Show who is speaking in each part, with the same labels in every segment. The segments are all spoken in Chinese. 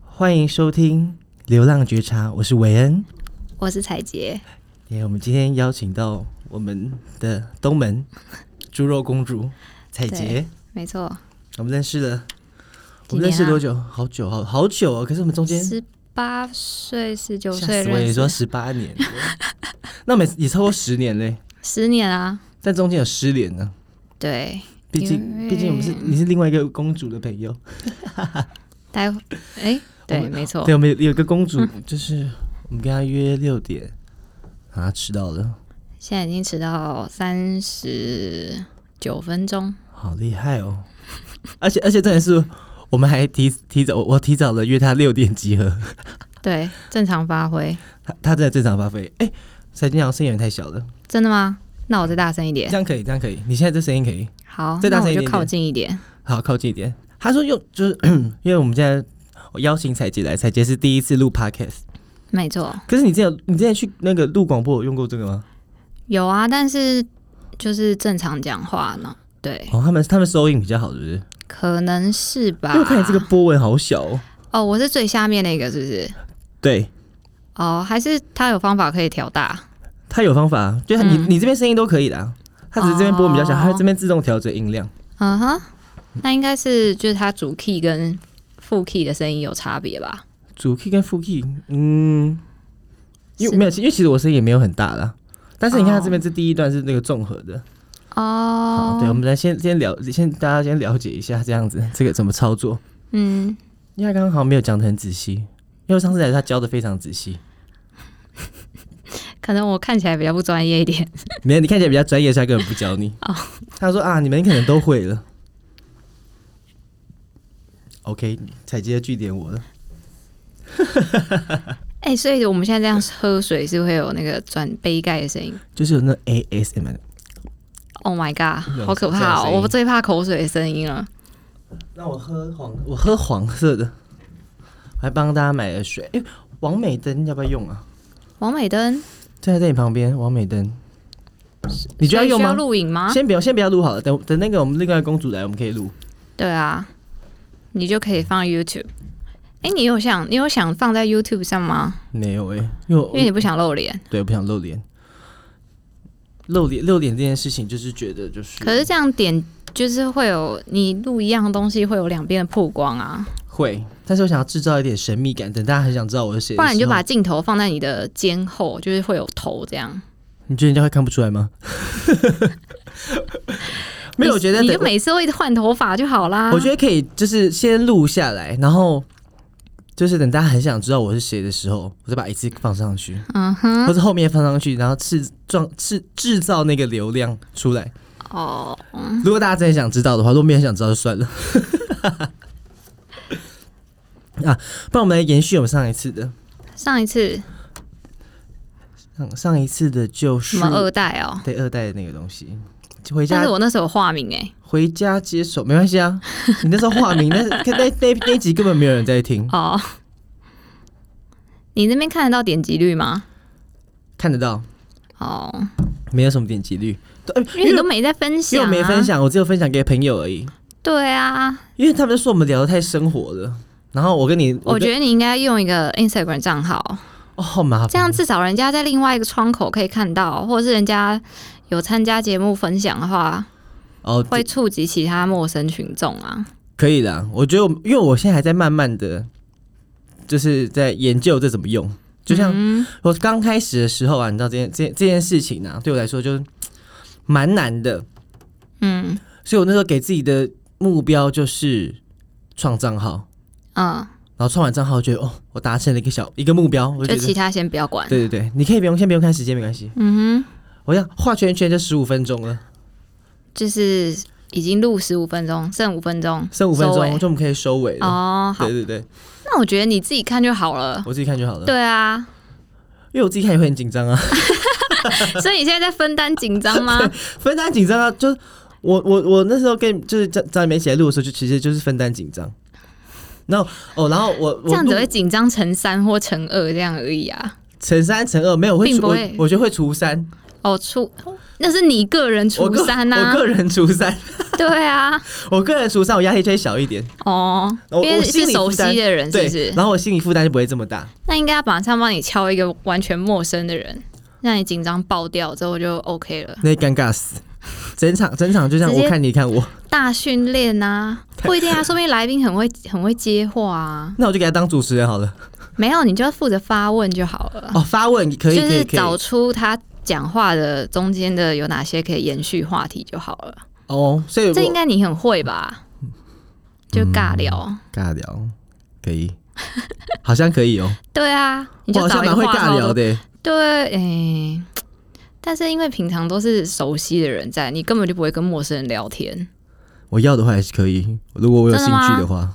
Speaker 1: 欢迎收听《流浪觉察》，我是韦恩。
Speaker 2: 我是彩杰，
Speaker 1: 耶、我们今天邀请到我们的东门猪肉公主彩杰
Speaker 2: 对，没错，
Speaker 1: 我们认识了，我们
Speaker 2: 几年啊
Speaker 1: 认识多久？好久，好好久哦。可是我们中间
Speaker 2: 十八岁、十九
Speaker 1: 吓
Speaker 2: 岁
Speaker 1: 死我，也
Speaker 2: 认
Speaker 1: 说
Speaker 2: 识，
Speaker 1: 十八年， 那每也超过十年嘞，
Speaker 2: 十年啊，
Speaker 1: 但中间有失联呢。
Speaker 2: 对，
Speaker 1: 毕
Speaker 2: 因
Speaker 1: 竟，
Speaker 2: 为
Speaker 1: 毕竟我们是你是另外一个公主的朋友，
Speaker 2: 待会，哎、
Speaker 1: 我
Speaker 2: 对，
Speaker 1: 们
Speaker 2: 没错
Speaker 1: 对，，我们有有一个公主，就是我们跟她约六点，啊，迟到了，
Speaker 2: 现在已经迟到三十九分钟，
Speaker 1: 好厉害哦！而且而且真的是，我们还提提早，我我提早了约她六点集合，
Speaker 2: 对，正常发挥，
Speaker 1: 她她真的正常发挥。哎、蔡金阳声音有点太小了，
Speaker 2: 真的吗？那我再大声一
Speaker 1: 这
Speaker 2: 点，
Speaker 1: 样可以，这样可以，你现在这声音可以，
Speaker 2: 好，
Speaker 1: 再大
Speaker 2: 那
Speaker 1: 声
Speaker 2: 我
Speaker 1: 一
Speaker 2: 就
Speaker 1: 点点
Speaker 2: 靠近一点，
Speaker 1: 好靠近一点。她说用就是 因为我们现在我邀请彩姐来，彩姐是第一次录 podcast，
Speaker 2: 没错，
Speaker 1: 可是你之前有你之前去那个录广播有用过这个吗？
Speaker 2: 有啊，但是就是正常讲话呢，对，
Speaker 1: 哦，他们他们收音比较好，是不是？
Speaker 2: 可能是
Speaker 1: 因
Speaker 2: 吧
Speaker 1: 为我看你这个波纹好小哦。
Speaker 2: 哦，我是最下面那个，是不是？
Speaker 1: 对，
Speaker 2: 哦，还是他有方法可以调大。
Speaker 1: 它有方法，就是你、
Speaker 2: 嗯
Speaker 1: 你这边声音都可以的啊，它只是这边波纹比较小，
Speaker 2: 哦
Speaker 1: 它这边自动调整音量。
Speaker 2: 嗯哼，那应该是就是它主 key 跟副 key 的声音有差别吧？
Speaker 1: 主 key 跟副 key，嗯，因为
Speaker 2: 是
Speaker 1: 没有，因为其实我声音也没有很大啦。但是你看它
Speaker 2: 哦
Speaker 1: 这边这第一段是那个综合的，好，对，我
Speaker 2: 哦，
Speaker 1: 们来先先了，先大家先了解一下这样子，这个怎么操作？
Speaker 2: 嗯，
Speaker 1: 因为他刚刚好像没有讲的很仔细，因为上次来他教的非常仔细，
Speaker 2: 可能我看起来比较不专业一点。
Speaker 1: 没有你看起来比较专业，所以他根本不教你。
Speaker 2: 哦
Speaker 1: 他说啊，你们可能都会了。OK，彩接据点我了。
Speaker 2: 哎、所以我们现在这样喝水是会有那个转杯盖的声音。
Speaker 1: 就是有那 ASMR 的。
Speaker 2: Oh my god，
Speaker 1: 种
Speaker 2: 好可怕
Speaker 1: 这种
Speaker 2: 哦！
Speaker 1: 声音
Speaker 2: 我最怕口水的声音了。
Speaker 1: 那我喝黄，我喝黄色的，我还帮大家买了水。哎、王美灯要不要用啊？
Speaker 2: 王美灯，
Speaker 1: 站在你旁边，王美灯，你觉得
Speaker 2: 所以
Speaker 1: 要用
Speaker 2: 需要
Speaker 1: 吗？
Speaker 2: 录影吗？
Speaker 1: 先不要，先不要录好了，等等那个我们另外一个公主来，我们可以录。
Speaker 2: 对啊，你就可以放 YouTube。哎、你有想你有想放在 YouTube 上吗？
Speaker 1: 没有哎、因为我
Speaker 2: 因为你不想露脸。
Speaker 1: 对我不想露脸，露脸露脸这件事情就是觉得就是，
Speaker 2: 可是这样点就是会有你录一样东西会有两边的曝光啊，
Speaker 1: 会，但是我想要制造一点神秘感，等大家很想知道我是谁的时候，
Speaker 2: 不然你就把镜头放在你的肩后，就是会有头这样。
Speaker 1: 你觉得人家会看不出来吗？ 没有，我觉得
Speaker 2: 你
Speaker 1: 等
Speaker 2: 就每次会换头发就好啦。
Speaker 1: 我觉得可以，就是先录下来，然后就是等大家很想知道我是谁的时候，我再把一次放上去，
Speaker 2: 嗯
Speaker 1: 或
Speaker 2: 哼，
Speaker 1: 者后面放上去，然后制装 制制造那个流量出来。
Speaker 2: 哦，
Speaker 1: 如果大家真的想知道的话，如果没有想知道就算了。 啊，不然我们来延续我们上一次的，
Speaker 2: 上一次
Speaker 1: 上上一次的就
Speaker 2: 什
Speaker 1: 是
Speaker 2: 么二代哦，
Speaker 1: 对二代的那个东西，就回
Speaker 2: 但
Speaker 1: 家
Speaker 2: 是我那时候有化名哎、
Speaker 1: 回家接手没关系啊。你那时候化名，那那那那一集根本没有人在听，
Speaker 2: 哦， 你那边看得到点击率吗？
Speaker 1: 看得到，
Speaker 2: 哦，
Speaker 1: 没有什么点击率。对，哎
Speaker 2: 因为你都没在分
Speaker 1: 因
Speaker 2: 享、
Speaker 1: 为
Speaker 2: 啊，
Speaker 1: 我没分。享，我只有分享给朋友而已。
Speaker 2: 对啊，
Speaker 1: 因为他们就说我们聊得太生活了，然后我跟你，
Speaker 2: 哦我觉
Speaker 1: 得
Speaker 2: 得你应该用一个 Instagram 账号。
Speaker 1: 哦好麻烦，
Speaker 2: 这样至少人家在另外一个窗口可以看到，或者是人家有参加节目分享的话，
Speaker 1: 哦
Speaker 2: 会触及其他陌生群众啊。
Speaker 1: 可以的。我觉得我因为我现在还在慢慢的，就是在研究这怎么用。就像
Speaker 2: 嗯
Speaker 1: 我刚开始的时候啊，你知道这件这这件事情呢、啊，对我来说就是蛮难的，
Speaker 2: 嗯
Speaker 1: 所以我那时候给自己的目标就是创账号，
Speaker 2: 嗯，
Speaker 1: 然后创完账号，觉得哦，我达成了一个小一个目标，我
Speaker 2: 就
Speaker 1: 觉
Speaker 2: 其
Speaker 1: 得
Speaker 2: 他先不要管。
Speaker 1: 对对对，你可以不用先不用看时间，没关系。
Speaker 2: 嗯哼，
Speaker 1: 我要画圈圈就十五分钟了。
Speaker 2: 就是已经录十五分钟，剩五分钟，
Speaker 1: 剩五分
Speaker 2: 收
Speaker 1: 钟，
Speaker 2: 尾
Speaker 1: 就我们可以收尾了。
Speaker 2: 哦，好
Speaker 1: 对，嗯对对，
Speaker 2: 那我觉得你自己看就好了。
Speaker 1: 我自己看就好了。
Speaker 2: 对啊，
Speaker 1: 因为我自己看也会很紧张啊，
Speaker 2: 所以你现在在分担紧 张吗？
Speaker 1: 分担紧张啊，就是我我我那时候跟就是在在你们一起来录的时候，就其实就是分担紧张。然后哦，然后我我
Speaker 2: 这样
Speaker 1: 录
Speaker 2: 只会紧张乘三或乘二这样而已啊。
Speaker 1: 乘三乘二没有我会
Speaker 2: 并
Speaker 1: 除
Speaker 2: 不
Speaker 1: 我
Speaker 2: 会
Speaker 1: 我觉得会除三，
Speaker 2: 哦，除那是你个人
Speaker 1: 我
Speaker 2: 除
Speaker 1: 个
Speaker 2: 三啊
Speaker 1: 我
Speaker 2: 呐、
Speaker 1: 个人除三，
Speaker 2: 对啊，
Speaker 1: 我个人属上我压力就会小一点，
Speaker 2: 哦，
Speaker 1: 我
Speaker 2: 因为
Speaker 1: 我心
Speaker 2: 是
Speaker 1: 理
Speaker 2: 熟
Speaker 1: 负担
Speaker 2: 悉的人，是
Speaker 1: 对
Speaker 2: 不是？
Speaker 1: 然后我心理负担就不会这么大。
Speaker 2: 那应该马上帮你敲一个完全陌生的人，让你紧张爆掉之后就 OK 了。
Speaker 1: 那尴尬死。整场整场就像
Speaker 2: 直接
Speaker 1: 我看你看我，
Speaker 2: 大训 练呐，不一定啊，说明来宾很会很会接话啊。
Speaker 1: 那我就给他当主持人好了。
Speaker 2: 没有，你就负责发问就好了，
Speaker 1: 哦，发问可以
Speaker 2: 就
Speaker 1: 可以
Speaker 2: 是
Speaker 1: 可以。
Speaker 2: 找出他讲话的中间的有哪些可以延续话题就好了。
Speaker 1: 哦，所以我
Speaker 2: 这应该你很会吧？就尬聊，
Speaker 1: 尬聊可以， 好像可以哦。
Speaker 2: 对啊，
Speaker 1: 我
Speaker 2: 你就
Speaker 1: 好
Speaker 2: 找
Speaker 1: 像
Speaker 2: 一
Speaker 1: 蛮
Speaker 2: 个
Speaker 1: 会
Speaker 2: 话
Speaker 1: 尬
Speaker 2: 套
Speaker 1: 聊
Speaker 2: 路
Speaker 1: 的耶。
Speaker 2: 对，诶、但是因为平常都是熟悉的人在，你根本就不会跟陌生人聊天。
Speaker 1: 我要的话还是可以，如果我有
Speaker 2: 真
Speaker 1: 兴
Speaker 2: 的吗
Speaker 1: 趣的话。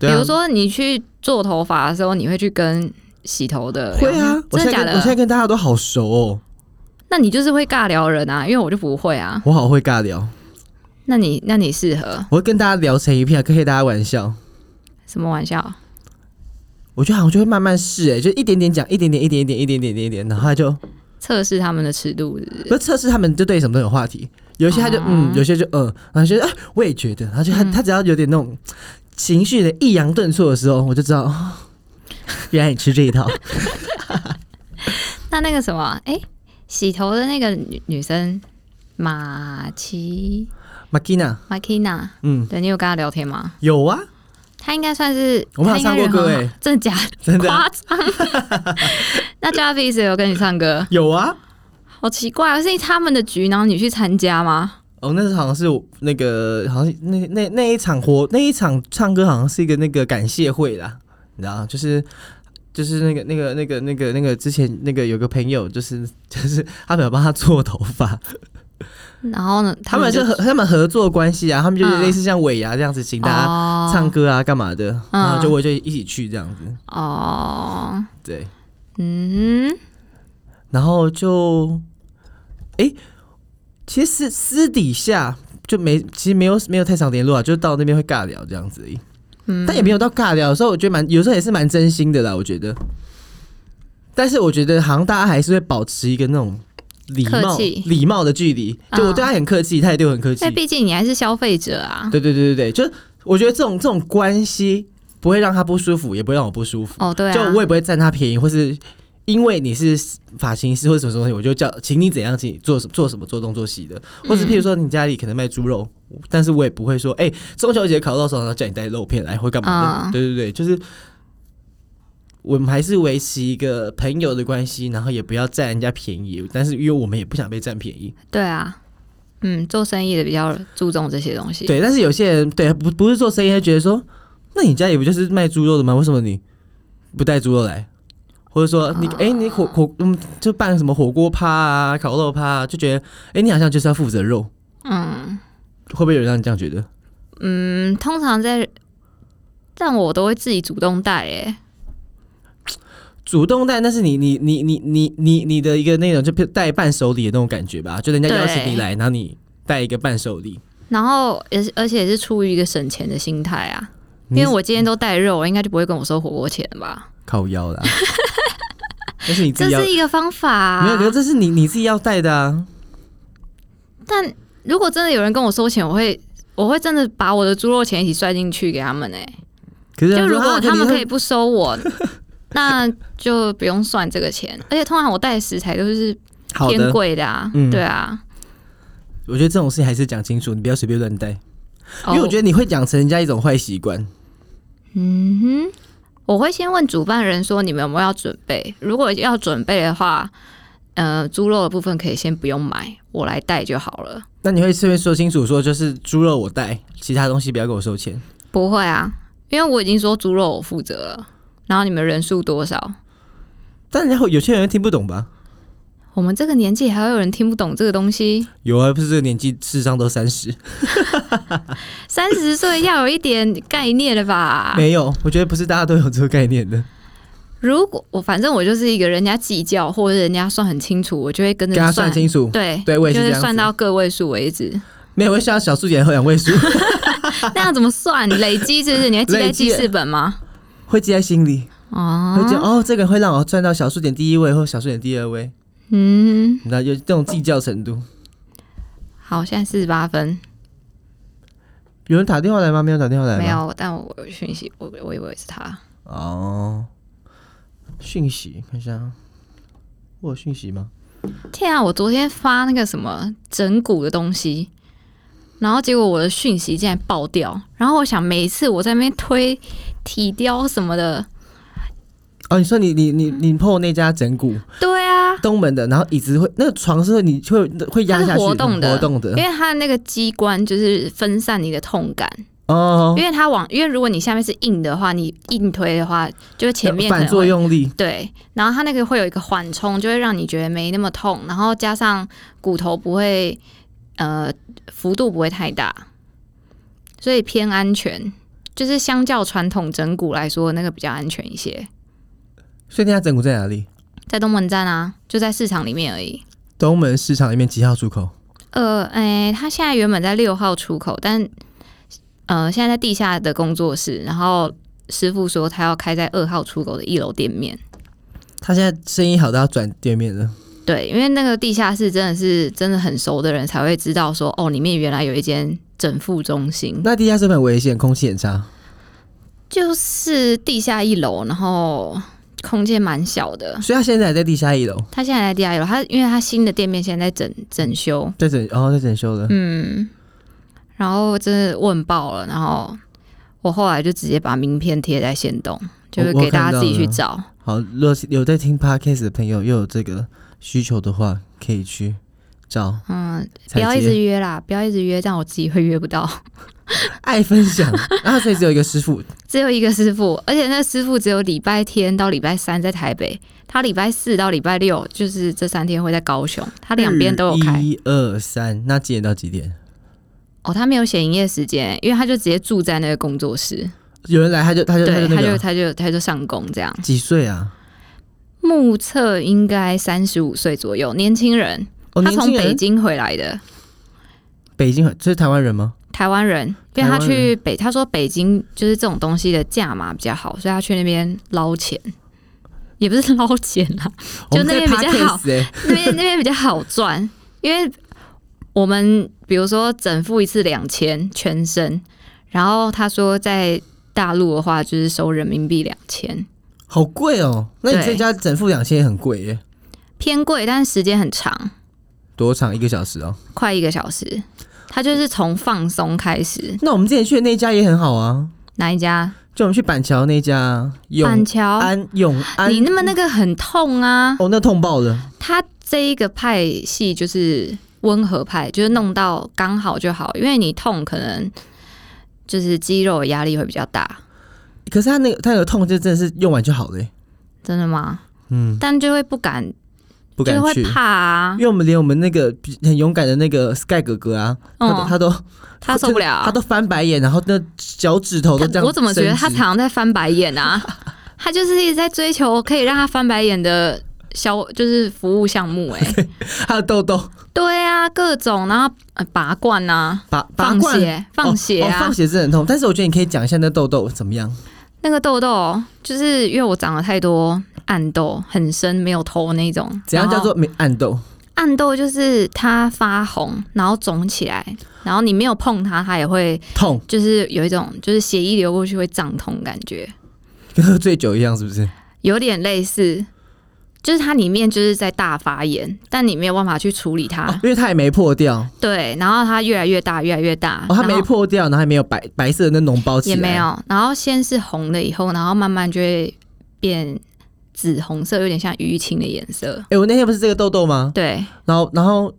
Speaker 1: 对
Speaker 2: 比
Speaker 1: 啊
Speaker 2: 如，说你去做头发的时候，你会去跟洗头的聊
Speaker 1: 会啊
Speaker 2: 天，
Speaker 1: 我现
Speaker 2: 嗯真的
Speaker 1: 在
Speaker 2: 假
Speaker 1: 跟我现在
Speaker 2: 的？
Speaker 1: 跟大家都好熟哦，
Speaker 2: 那你就是会尬聊人啊，因为我就不会啊。
Speaker 1: 我好会尬聊，
Speaker 2: 那你那你适合
Speaker 1: 我会跟大家聊成一片，开大家玩笑。
Speaker 2: 什么玩笑？
Speaker 1: 我觉得好像就会慢慢试，哎，就一点点讲，一点点，一点点，一点点，一点点，然后他就
Speaker 2: 测试他们的尺度是不是
Speaker 1: 不是测试他们就对什么都有话题，有些他就
Speaker 2: 哦嗯
Speaker 1: 嗯，有些就嗯，然后觉得哎，我也觉得，然后就他他只要有点那种情绪的抑扬顿挫的时候，我就知道， 哦原来你吃这一套。
Speaker 2: 那那个什么，哎、洗头的那个女女生马奇
Speaker 1: Makina，
Speaker 2: 马 k 娜，
Speaker 1: 嗯，
Speaker 2: 对你有跟她聊天吗？
Speaker 1: 有啊，
Speaker 2: 她应该算是
Speaker 1: 我们
Speaker 2: 她
Speaker 1: 有
Speaker 2: 应
Speaker 1: 上
Speaker 2: 该
Speaker 1: 过
Speaker 2: 人很
Speaker 1: 歌
Speaker 2: 好
Speaker 1: 欸
Speaker 2: 真的假的？
Speaker 1: 真的啊
Speaker 2: 夸张。 那 Jarvis 有跟你唱歌，
Speaker 1: 有啊。
Speaker 2: 好奇怪、哦，是他们的局，然后你去参加吗？
Speaker 1: 哦，那是好像是我那个，好像那那那一场活那一场唱歌，好像是一个那个感谢会啦，你知道，就是就是那个那个那个那个那个之前那个有个朋友，就是 就是他们有帮他做头发，
Speaker 2: 然后呢，
Speaker 1: 他们
Speaker 2: 就是嗯
Speaker 1: 合他们合作关系啊，他们就是类似像尾牙这样子，请大家
Speaker 2: 家
Speaker 1: 唱歌啊干嘛的，
Speaker 2: 哦嗯
Speaker 1: 然后就我就一起去这样子，
Speaker 2: 哦，
Speaker 1: 对，
Speaker 2: 嗯，
Speaker 1: 然后就，哎、其实私私底下就没，其实没有没有太常联络啊，就到那边会尬聊这样子而已。
Speaker 2: 嗯
Speaker 1: 但也没有到尬聊，有时候我觉得蛮，有时候也是蛮真心的啦，我觉得。但是我觉得好像大家还是会保持一个那种礼貌
Speaker 2: 客气嗯
Speaker 1: 礼貌的距离，就我对他很客气，他也对我很客气
Speaker 2: 因为。毕竟你还是消费者啊。
Speaker 1: 对对对对对，就是我觉得这种这种关系不会让他不舒服，也不会让我不舒服。
Speaker 2: 哦，对啊，
Speaker 1: 就我也不会占他便宜，或是因为你是发型师或者什么东西，我就叫请你怎样，请你做什么做什么做东做西的，或是譬
Speaker 2: 嗯
Speaker 1: 如说你家里可能卖猪肉，但是我也不会说，哎、中秋节烤肉的时候然后叫你带肉片来或干嘛的，
Speaker 2: 嗯
Speaker 1: 对对对，就是我们还是维持一个朋友的关系，然后也不要占人家便宜，但是因为我们也不想被占便宜，
Speaker 2: 对啊，嗯，做生意的比较注重这些东西。
Speaker 1: 对，但是有些人对不不是做生意，他觉得说，那你家也不就是卖猪肉的吗？为什么你不带猪肉来？或者说
Speaker 2: 啊
Speaker 1: 你哎、你火火嗯，就办什么火锅趴啊、烤肉趴、啊，就觉得哎、你好像就是要负责肉，
Speaker 2: 嗯
Speaker 1: 会不会有人让你这样觉得？
Speaker 2: 嗯，通常在，但我都会自己主动带欸诶、
Speaker 1: 主动带，但是你你你你你你你的一个那种就带伴手礼的那种感觉吧，就人家邀请你
Speaker 2: 对
Speaker 1: 来，然后你带一个伴手礼，
Speaker 2: 然后也是而且也是出于一个省钱的心态啊。因为我今天都带肉，应该就不会跟我收火锅钱吧？
Speaker 1: 靠腰 啦。但是你自
Speaker 2: 这
Speaker 1: 己要
Speaker 2: 是一个方法、啊
Speaker 1: 没有，可是这是你你自己要带的啊。
Speaker 2: 但如果真的有人跟我收钱，我会我会真的把我的猪肉钱一起算进去给他们哎、
Speaker 1: 可是说
Speaker 2: 就如
Speaker 1: 啊
Speaker 2: 果
Speaker 1: 可
Speaker 2: 他们
Speaker 1: 你
Speaker 2: 可以不收我， 那就不用算这个钱。而且通常我带的食材都是
Speaker 1: 好
Speaker 2: 偏
Speaker 1: 的，
Speaker 2: 贵的啊，
Speaker 1: 嗯
Speaker 2: 对啊。
Speaker 1: 我觉得这种事情还是讲清楚，你不要随便乱带，因为我觉得
Speaker 2: 得，
Speaker 1: 你会养成人家一种坏习惯。
Speaker 2: 嗯哼，我会先问主办人说你们有没有要准备？如果要准备的话，呃，猪肉的部分可以先不用买，我来带就好了。
Speaker 1: 那你会顺便说清楚，说就是猪肉我带，其他东西不要给我收钱。
Speaker 2: 不会啊，因为我已经说猪肉我负责了，然后你们人数多少？
Speaker 1: 但然后有些人听不懂吧？
Speaker 2: 我们这个年纪还会有人听不懂这个东西？
Speaker 1: 有啊，不是这个年纪智商都三十、
Speaker 2: 三十岁要有一点概念了吧？
Speaker 1: 没有，我觉得不是大家都有这个概念的。
Speaker 2: 如果我反正我就是一个人家计较或者人家算很清楚，我就会跟着
Speaker 1: 跟他
Speaker 2: 算
Speaker 1: 算清楚，
Speaker 2: 对
Speaker 1: 对我也是
Speaker 2: 就
Speaker 1: 这
Speaker 2: 是
Speaker 1: 样
Speaker 2: 算
Speaker 1: 子
Speaker 2: 到个位数为止。
Speaker 1: 没有，我想要小数点和两位数，
Speaker 2: 那样怎么算？累积是不是？你还记
Speaker 1: 累
Speaker 2: 得
Speaker 1: 积
Speaker 2: 记事本吗？
Speaker 1: 会记在心里， 会
Speaker 2: 哦，
Speaker 1: 讲、哦，这个会让我赚到小数点第一位或小数点第二位，
Speaker 2: 嗯，
Speaker 1: 你知道有这种计较程度。
Speaker 2: 好，现在四十八分，
Speaker 1: 有人打电话来吗？没有打电话来吗？
Speaker 2: 没。有，但我有讯息，我我以为是他，
Speaker 1: 哦，讯息看一下，我有讯息吗？
Speaker 2: 天啊！我昨天发那个什么整蛊的东西，然后结果我的讯息竟然爆掉。然后我想，每一次我在那边推体雕什么的，
Speaker 1: 哦，你说你你你你破那家整蛊
Speaker 2: 对啊，
Speaker 1: 东门的，然后椅子会那个床是会你会会压下去
Speaker 2: 它是活动的
Speaker 1: 活动
Speaker 2: 因
Speaker 1: 的
Speaker 2: 为它的那个机关就是分散你的痛感，
Speaker 1: 哦，
Speaker 2: 因为它往，因为如果你下面是硬的话，你硬推的话，就是前面可
Speaker 1: 反
Speaker 2: 能
Speaker 1: 作
Speaker 2: 会。
Speaker 1: 用力
Speaker 2: 对，然后它那个会有一个缓冲，就会让你觉得没那么痛，然后加上骨头不会，呃，幅度不会太大，所以偏安全。就是相较传统整骨来说，那个比较安全一些。
Speaker 1: 所以那家整蛊在哪里？
Speaker 2: 在东门站啊，就在市场里面而已。
Speaker 1: 东门市场里面几号出口？
Speaker 2: 呃，哎、他现在原本在六号出口，但呃，现在在地下的工作室，然后师傅说他要开在二号出口的一楼店面。
Speaker 1: 他现在生意好到要转店面了。
Speaker 2: 对，因为那个地下室真的是真的很熟的人才会知道说，哦，里面原来有一间整复中心，
Speaker 1: 那地下室很危险，空气很差。
Speaker 2: 就是地下一楼，然后空间蛮小的。
Speaker 1: 所以他现在还在地下一楼，
Speaker 2: 他现在在地下一楼，他因为他新的店面现在在整整修，
Speaker 1: 在整哦在整修了。
Speaker 2: 嗯，然后真的问爆了，然后我后来就直接把名片贴在线动，就是
Speaker 1: 我我
Speaker 2: 给大
Speaker 1: 看
Speaker 2: 家
Speaker 1: 到
Speaker 2: 自己去
Speaker 1: 了
Speaker 2: 找。
Speaker 1: 好，如果是有在听 podcast 的朋友又有这个需求的话，可以去找
Speaker 2: 嗯，不
Speaker 1: 彩
Speaker 2: 要一直
Speaker 1: 姐
Speaker 2: 约啦，不要一直约，这样我自己会约不到。
Speaker 1: 爱分享。 啊，所以只有一个师傅，
Speaker 2: 只有一个师傅，而且那师傅只有礼拜天到礼拜三在台北，他礼拜四到礼拜六就是这三天会在高雄，他两边都有开。
Speaker 1: 一二三，那几点到几点？
Speaker 2: 哦，他没有写营业时间，因为他就直接住在那个工作室，
Speaker 1: 有人来他就他就他
Speaker 2: 对，
Speaker 1: 就那
Speaker 2: 他就
Speaker 1: 个
Speaker 2: 他就他就上工这样。
Speaker 1: 几岁啊？
Speaker 2: 目测应该三十五岁左右，年轻人，
Speaker 1: 哦，
Speaker 2: 他
Speaker 1: 年
Speaker 2: 从
Speaker 1: 轻
Speaker 2: 北
Speaker 1: 人，
Speaker 2: 京回来的
Speaker 1: 北京这是台湾人吗？
Speaker 2: 台湾人，因为他
Speaker 1: 台湾人
Speaker 2: 去北，他说北京就是这种东西的价码比较好，所以他去那边捞钱，也不是捞钱啦，就
Speaker 1: 我们
Speaker 2: 那
Speaker 1: 在
Speaker 2: 边比较好
Speaker 1: podcast 欸
Speaker 2: 那边那边比较好赚，因为我们比如说整付一次两千全身，然后他说在大陆的话就是收人民币两千，
Speaker 1: 好贵哦。那你
Speaker 2: 对
Speaker 1: 这家整副两千也很贵耶，
Speaker 2: 偏贵，但是时间很长，
Speaker 1: 多长一个小时哦？
Speaker 2: 快一个小时。他就是从放松开始，
Speaker 1: 那我们之前去的那家也很好啊，
Speaker 2: 哪一家？
Speaker 1: 就我们去板桥那家
Speaker 2: 板
Speaker 1: 永
Speaker 2: 桥。
Speaker 1: 安永安
Speaker 2: 你，那么那个很痛啊！
Speaker 1: 哦，那痛爆了。
Speaker 2: 他这一个派系就是温和派，就是弄到刚好就好，因为你痛可能就是肌肉的压力会比较大，
Speaker 1: 可是他那个他那个痛就真的是用完就好了耶、
Speaker 2: 真的吗？
Speaker 1: 嗯，
Speaker 2: 但就会不敢，
Speaker 1: 不
Speaker 2: 就
Speaker 1: 敢
Speaker 2: 会
Speaker 1: 去，
Speaker 2: 怕啊
Speaker 1: 因。为我们连我们那个比很勇敢的那个 Sky 哥哥啊，他都
Speaker 2: 嗯，
Speaker 1: 他都
Speaker 2: 他受不了，啊
Speaker 1: 他都翻白眼，然后那脚趾头都这
Speaker 2: 他
Speaker 1: 样。
Speaker 2: 我怎么觉得他？常常在翻白眼 啊？他就是一直在追求可以让他翻白眼的消，就是服务项目哎、
Speaker 1: 他的痘痘
Speaker 2: 对啊，各种然后呃拔罐啊，
Speaker 1: 拔拔
Speaker 2: 放
Speaker 1: 罐。
Speaker 2: 血放血
Speaker 1: 哦哦，
Speaker 2: 啊
Speaker 1: 放，血是很痛，但是我觉得你可以讲一下那痘痘怎么样。
Speaker 2: 那个痘痘就是因为我长了太多暗痘，很深没有头那种。
Speaker 1: 怎样
Speaker 2: 然后
Speaker 1: 叫做没暗痘？
Speaker 2: 暗痘？就是它发红，然后肿起来，然后你没有碰它，它也会
Speaker 1: 痛，
Speaker 2: 就是有一种就是血液流过去会胀痛感觉。
Speaker 1: 跟喝醉酒一样，是不是？
Speaker 2: 有点类似，就是它里面就是在大发炎，但你没有办法去处理它。
Speaker 1: 哦因为它也没破掉，
Speaker 2: 对，然后它越来越大，越来越大。
Speaker 1: 哦，它
Speaker 2: 啊然
Speaker 1: 没
Speaker 2: 后
Speaker 1: 破掉，然后还没有白白色的那脓包起
Speaker 2: 也
Speaker 1: 来，
Speaker 2: 没有，然后先是红了，以后然后慢慢就会变紫红色，有点像淤青的颜色。
Speaker 1: 哎、我那天不是这个痘痘吗？
Speaker 2: 对，
Speaker 1: 然后，然后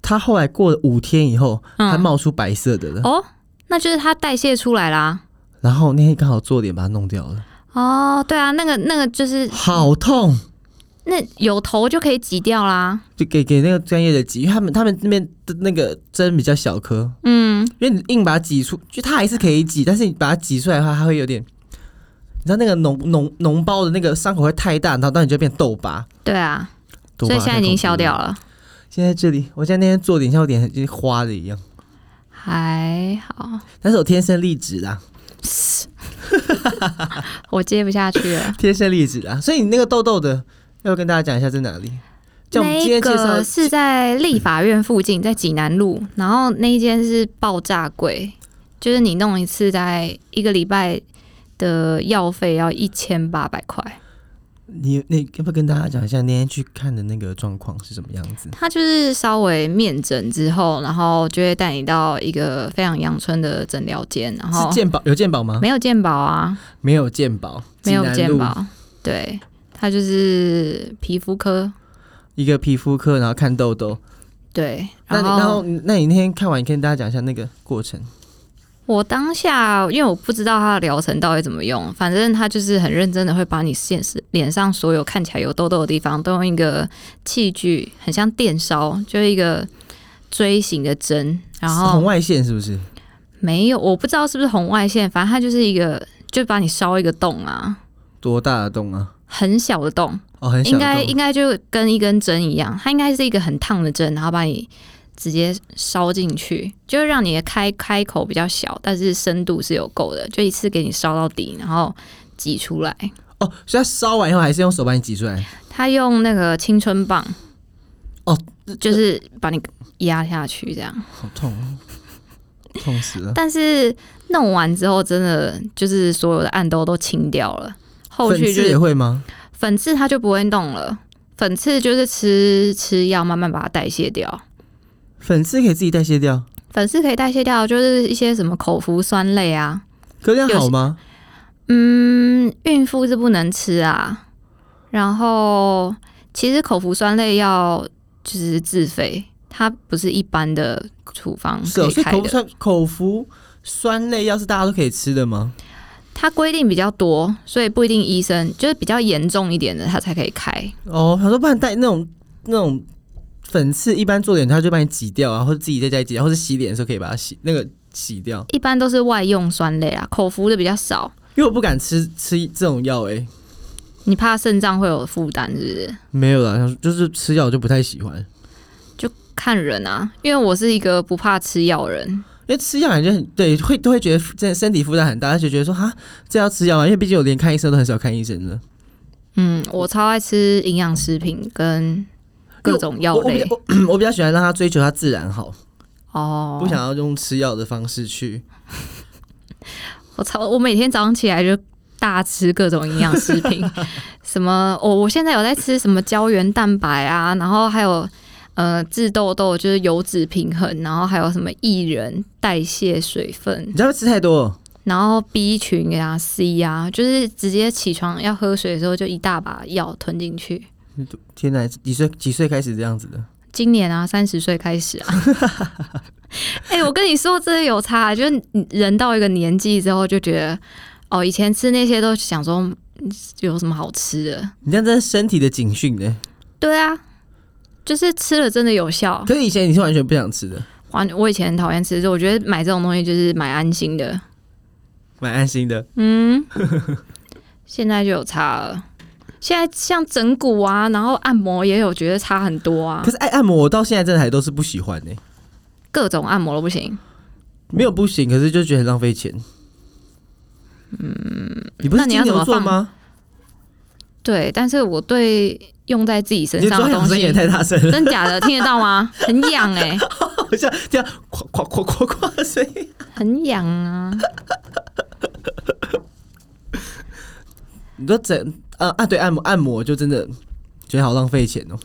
Speaker 1: 它后来过了五天以后，它
Speaker 2: 嗯，
Speaker 1: 冒出白色的了。
Speaker 2: 哦，那就是它代谢出来啦。
Speaker 1: 然后那天刚好做脸把它弄掉了，
Speaker 2: 哦，对啊，那个那个就是
Speaker 1: 好痛！
Speaker 2: 那有头就可以挤掉啦。
Speaker 1: 就给给那个专业的挤，因为他们他们那边的那个针比较小颗，
Speaker 2: 嗯，
Speaker 1: 因为你硬把它挤出，就它还是可以挤，但是你把它挤出来的话，它会有点，你知道那个脓脓脓包的那个伤口会太大，然后当你就变痘疤。
Speaker 2: 对啊，
Speaker 1: 痘
Speaker 2: 所
Speaker 1: 疤
Speaker 2: 以现在已经消掉
Speaker 1: 了。
Speaker 2: 了，
Speaker 1: 现在这里，我现在那天做脸，像我脸已经花了一样，
Speaker 2: 还好。
Speaker 1: 但是我天生丽质啊啦，
Speaker 2: 我接不下去 了。
Speaker 1: 天生丽质啦，所以你那个痘痘的，要不要跟大家讲一下在哪里？像我们今
Speaker 2: 那
Speaker 1: 天介绍
Speaker 2: 个是在立法院附近，在济南路，然后那一间是爆炸柜，就是你弄一次大概一个礼拜的药费要一千八百块。
Speaker 1: 你那要不要跟大家讲一下那天去看的那个状况是什么样子？
Speaker 2: 他就是稍微面诊之后，然后就会带你到一个非常阳春的诊疗间，然后
Speaker 1: 是鉴宝有鉴宝吗？
Speaker 2: 没有健保啊，
Speaker 1: 没有鉴宝，
Speaker 2: 没有
Speaker 1: 济南
Speaker 2: 健
Speaker 1: 路
Speaker 2: 保，对他就是皮肤科，
Speaker 1: 一个皮肤科，然后看痘痘。
Speaker 2: 对，
Speaker 1: 那
Speaker 2: 然
Speaker 1: 你
Speaker 2: 后
Speaker 1: 然后那你那天看完，你跟大家讲一下那个过程。
Speaker 2: 我当下因为我不知道他的疗程到底怎么用，反正他就是很认真的会把你现实脸上所有看起来有痘痘的地方，都用一个器具，很像电烧，就是一个锥形的针，然
Speaker 1: 是红
Speaker 2: 后
Speaker 1: 外线是不是？
Speaker 2: 没有，我不知道是不是红外线，反正它就是一个就把你烧一个洞啊，
Speaker 1: 多大的洞啊？
Speaker 2: 很小的洞，
Speaker 1: 哦，很小
Speaker 2: 应
Speaker 1: 的
Speaker 2: 该
Speaker 1: 洞。
Speaker 2: 应该就跟一根针一样，它应该是一个很烫的针，然后把你直接烧进去，就是让你的开开口比较小，但是深度是有够的，就一次给你烧到底，然后挤出来。
Speaker 1: 哦，所以它烧完以后还是用手把你挤出来。
Speaker 2: 他用那个青春棒，
Speaker 1: 哦，
Speaker 2: 就是把你压下去这样。
Speaker 1: 好痛哦，痛死了。
Speaker 2: 但是弄完之后，真的就是所有的暗痘都清掉了，后
Speaker 1: 粉
Speaker 2: 续就
Speaker 1: 刺
Speaker 2: 是
Speaker 1: 也会吗？
Speaker 2: 粉刺它就不会弄了，粉刺就是吃吃药慢慢把它代谢掉。
Speaker 1: 粉刺可以自己代谢掉，
Speaker 2: 粉刺可以代谢掉，就是一些什么口服酸类啊，
Speaker 1: 可这样
Speaker 2: 有些
Speaker 1: 好吗？
Speaker 2: 嗯，孕妇是不能吃啊。然后其实口服酸类要就是自费，它不是一般的处方
Speaker 1: 是
Speaker 2: 嗯可
Speaker 1: 哦，
Speaker 2: 以
Speaker 1: 所以
Speaker 2: 开
Speaker 1: 口服
Speaker 2: 的，
Speaker 1: 酸口服酸类药是大家都可以吃的吗？
Speaker 2: 它规定比较多，所以不一定医生就是比较严重一点的它才可以开。
Speaker 1: 哦，他说不然带那种那种粉刺，一般做脸他就把你挤掉啊，或者自己在家里挤掉，或者洗脸的时候可以把它洗那个洗掉。
Speaker 2: 一般都是外用酸类啊，口服的比较少。
Speaker 1: 因为我不敢吃吃这种药欸诶、
Speaker 2: 你怕肾脏会有负担，是不是？
Speaker 1: 没有啦，就是吃药我就不太喜欢，
Speaker 2: 看人啊，因为我是一个不怕吃药的人，
Speaker 1: 因为吃药感觉很对，会都会觉得真的身体负担很大，就觉得说哈这要吃药啊，因为毕竟我连看医生都很少看医生了。
Speaker 2: 嗯，我超爱吃营养食品跟各种药
Speaker 1: 我我比
Speaker 2: 类
Speaker 1: 较我我比较喜欢让他追求他自然好，
Speaker 2: 哦。
Speaker 1: 不想，要用吃药的方式去。
Speaker 2: 我超我每天早上起来就大吃各种营养食品， 什么我、我现在有在吃什么胶原蛋白啊，然后还有呃治痘痘就是油脂平衡，然后还有什么薏仁代谢水分
Speaker 1: 你，知道吃太多，
Speaker 2: 然后 B 群呀、C 呀、就是直接起床要喝水的时候就一大把药吞进去。
Speaker 1: 天哪，几岁几岁开始这样子的？
Speaker 2: 今年啊，三十岁开始 啊。哎、我跟你说，真的有差，啊就是你人到一个年纪之后，就觉得哦，以前吃那些都想说嗯有什么好吃的，
Speaker 1: 你这样真的是身体的警讯呢、
Speaker 2: 对啊，就是吃了真的有效。
Speaker 1: 可是以前你是完全不想吃的，
Speaker 2: 完，我以前很讨厌吃，就我觉得买这种东西就是买安心的，
Speaker 1: 蛮安心的。
Speaker 2: 嗯，现在就有差了。现在像整骨啊，然后按摩也有觉得差很多啊
Speaker 1: 可，是哎爱按摩，我到现在真的还都是不喜欢呢、
Speaker 2: 各种按摩都不行。
Speaker 1: 没有不行，可是就觉得很浪费钱。嗯，你不是
Speaker 2: 那你
Speaker 1: 金
Speaker 2: 要怎
Speaker 1: 牛
Speaker 2: 么
Speaker 1: 座
Speaker 2: 放
Speaker 1: 吗？
Speaker 2: 对，但是我对用在自己身
Speaker 1: 你的
Speaker 2: 上
Speaker 1: 抓
Speaker 2: 的
Speaker 1: 痒
Speaker 2: 东
Speaker 1: 声
Speaker 2: 西
Speaker 1: 也太大声了，
Speaker 2: 真假的，听得到吗？很痒哎、
Speaker 1: 好像这样夸夸夸夸夸的声音。
Speaker 2: 很痒啊！
Speaker 1: 你说整呃啊对按摩按摩就真的觉得好浪费钱哦、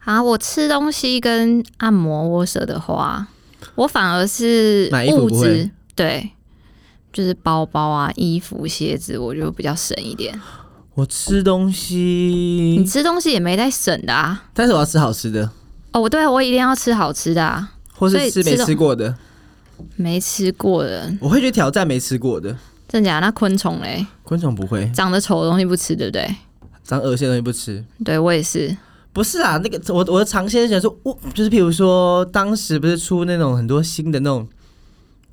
Speaker 2: 啊，我吃东西跟按摩我舍得花，我反而是
Speaker 1: 买衣服
Speaker 2: 物
Speaker 1: 不会
Speaker 2: 质对，就是包包啊、衣服、鞋子，我就比较省一点。
Speaker 1: 嗯我吃东
Speaker 2: 你
Speaker 1: 西，
Speaker 2: 吃东西也没在省的啊！
Speaker 1: 但是我要吃好吃的，
Speaker 2: 哦，对，我一定要吃好吃的啊，
Speaker 1: 或
Speaker 2: 所
Speaker 1: 是
Speaker 2: 以
Speaker 1: 吃没
Speaker 2: 吃东
Speaker 1: 吃过的，
Speaker 2: 没吃过的，
Speaker 1: 我会去挑战没吃过的。
Speaker 2: 真假？那昆虫嘞，
Speaker 1: 昆虫不会，
Speaker 2: 长得丑的东西不吃，对不对？
Speaker 1: 长恶心的东西不吃。
Speaker 2: 对我也是，
Speaker 1: 不是啊啦，那个我我的尝鲜想说，我就是譬如说，当时不是出那种很多新的那种。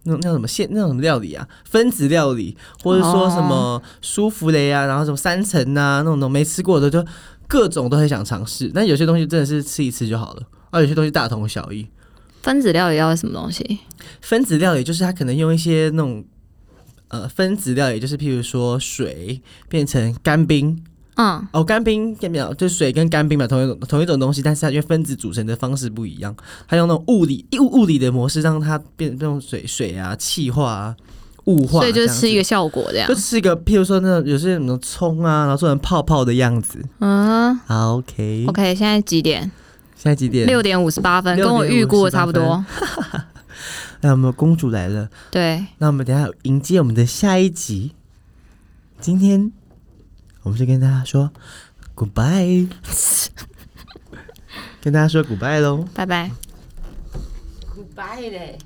Speaker 1: 那种那种什么现那种料理啊，分子料理，或者说什么舒芙蕾啊，然后什么三层啊，那种都没吃过的，就各种都很想尝试。但有些东西真的是吃一次就好了，啊而、有些东西大同小异。
Speaker 2: 分子料理要是什么东西？
Speaker 1: 分子料理就是它可能用一些那种呃分子料理，就是譬如说水变成干冰，
Speaker 2: 嗯，
Speaker 1: 哦，干冰干冰就是水跟干冰嘛，同一种同一种东西，但是它因为分子组成的方式不一样，它用那种物理物物理的模式让它变用水水啊、气化啊、雾化，
Speaker 2: 所以就是吃一
Speaker 1: 个
Speaker 2: 个效果这样
Speaker 1: 就。吃一个，譬如说那种有些什么葱啊，然后做成泡泡的样子。
Speaker 2: 嗯
Speaker 1: 好，OK，
Speaker 2: ，OK，现在几点？
Speaker 1: 现在几点？
Speaker 2: 六点五十八分，跟我预估的差不多。
Speaker 1: 那我们公主来了，
Speaker 2: 对，
Speaker 1: 那我们等一下迎接我们的下一集。今天我们就跟大家说 goodbye，跟大家说 goodbye 喽。
Speaker 2: 拜拜。
Speaker 3: Goodbye 嘞。